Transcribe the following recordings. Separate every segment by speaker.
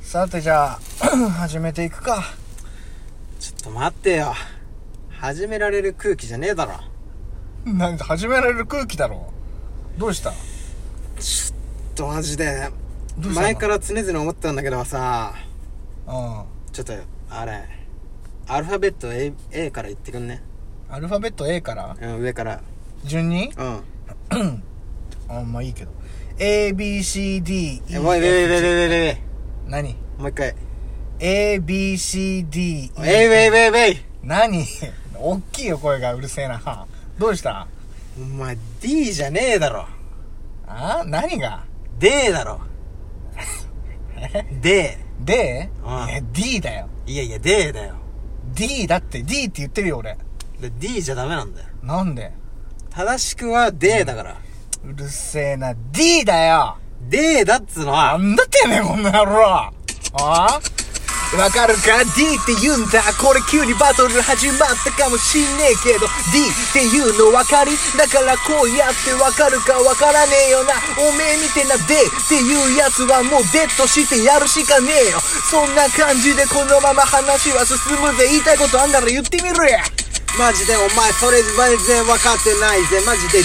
Speaker 1: さてじゃあ 始めていくか
Speaker 2: ちょっと待ってよ。始められる空気じゃねえだろ。
Speaker 1: なんか始められる空気だろどうした
Speaker 2: ちょっとマジで。
Speaker 1: どうしたの
Speaker 2: 前から常々思ってたんだけどさ、
Speaker 1: うん
Speaker 2: ちょっと、あれ、アルファベット A, A から言ってくんね。
Speaker 1: アルファベット A から
Speaker 2: うん、上から。
Speaker 1: 順に
Speaker 2: うん。
Speaker 1: あんまあいいけど ABCD
Speaker 2: え、おい、ウェイウェイウェイウェイウェイウェイ。
Speaker 1: 何
Speaker 2: もう一回。
Speaker 1: ABCD
Speaker 2: ウェイウェイウェイウェイ。
Speaker 1: 何大きいよ声がうるせえなどうした
Speaker 2: お前、D じゃねえだろ。
Speaker 1: あ何が
Speaker 2: D だろ。D。
Speaker 1: で、
Speaker 2: うん
Speaker 1: いや D だよ
Speaker 2: いやいや、D だよ。
Speaker 1: D だって D って言ってるよ俺
Speaker 2: で D じゃダメなんだよ。
Speaker 1: なんで
Speaker 2: 正しくは D だから。
Speaker 1: うるせえな D だよ
Speaker 2: D だっつうの
Speaker 1: な
Speaker 2: は、
Speaker 1: んだってめえこんな野郎ああわかるか ?D って言うんだ。これ急にバトル始まったかもしんねえけど、D っていうの分かりだからこうやってわかるかわからねえよな。おめえみてえな D っていうやつはもうデッドしてやるしかねえよ。そんな感じでこのまま話は進むぜ。言いたいことあんだら言ってみろや。
Speaker 2: マジでお前それ全然分かってないぜマジで D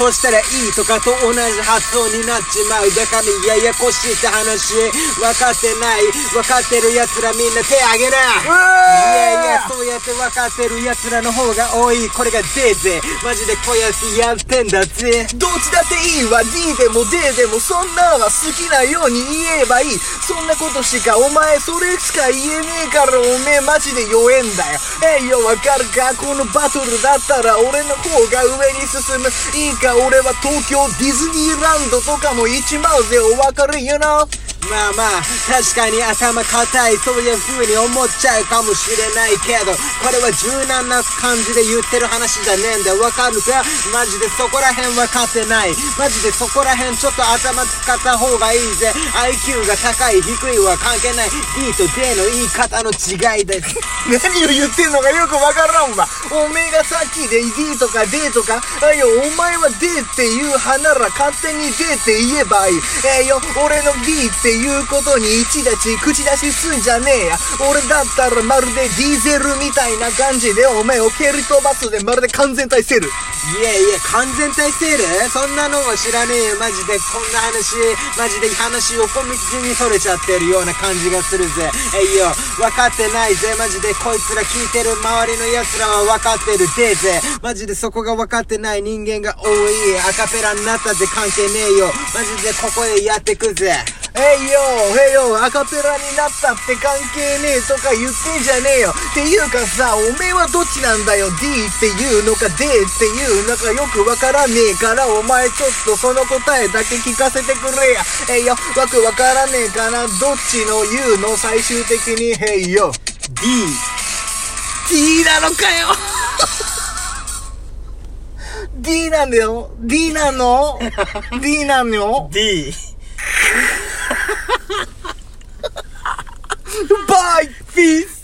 Speaker 2: そしたら E とかと同じ発音になっちまうだからややこしいって話分かってない分かってる奴らみんな手あげな
Speaker 1: うえー
Speaker 2: いやいやそうやって分かってる奴らの方が多いこれが D ぜマジでこうやってやってんだぜ
Speaker 1: どっちだっていいわ D でも D でもそんなんは好きなように言えばいいそんなことしかお前それしか言えねえからおめえマジで弱えんだよえいよわかるかこのバトルだったら俺の方が上に進むいいか俺は東京ディズニーランドとかも行っちまうぜお分かる you know
Speaker 2: まあまあ確かに頭固いそういう風に思っちゃうかもしれないけどこれは柔軟な感じで言ってる話じゃねえんだよわかるかマジでそこら辺分かってないマジでそこら辺ちょっと頭使った方がいいぜ IQ が高い低いは関係ない D と D の言い方の違いです
Speaker 1: 何を言ってんのかよくわからんわおめえがさっきで D とか D とかあいよお前は D っていう派なら勝手に D って言えばいいえーよ俺の D っていうことにいちだち口出しすんじゃねえや俺だったらまるでディーゼルみたいな感じでお前を蹴り飛ばすでまるで完全体セル
Speaker 2: いやいや完全体制でそんなのは知らねえよマジでこんな話マジで話横道にそれちゃってるような感じがするぜえいよ分かってないぜマジでこいつら聞いてる周りの奴らは分かってるでぜマジでそこが分かってない人間が多いアカペラになったぜ関係ねえよマジでここでやってくぜ
Speaker 1: えいよえいよアカペラになったって関係ねえとか言ってんじゃねえよっていうかさおめえはどっちなんだよ D っていうのか D っていうのかよくわからねえからお前ちょっとその答えだけ聞かせてくれやえいよわくわからねえからどっちの言うの最終的にへいよ
Speaker 2: D
Speaker 1: D なのかよ D なんだよ D なの D なのよ
Speaker 2: D
Speaker 1: バイピース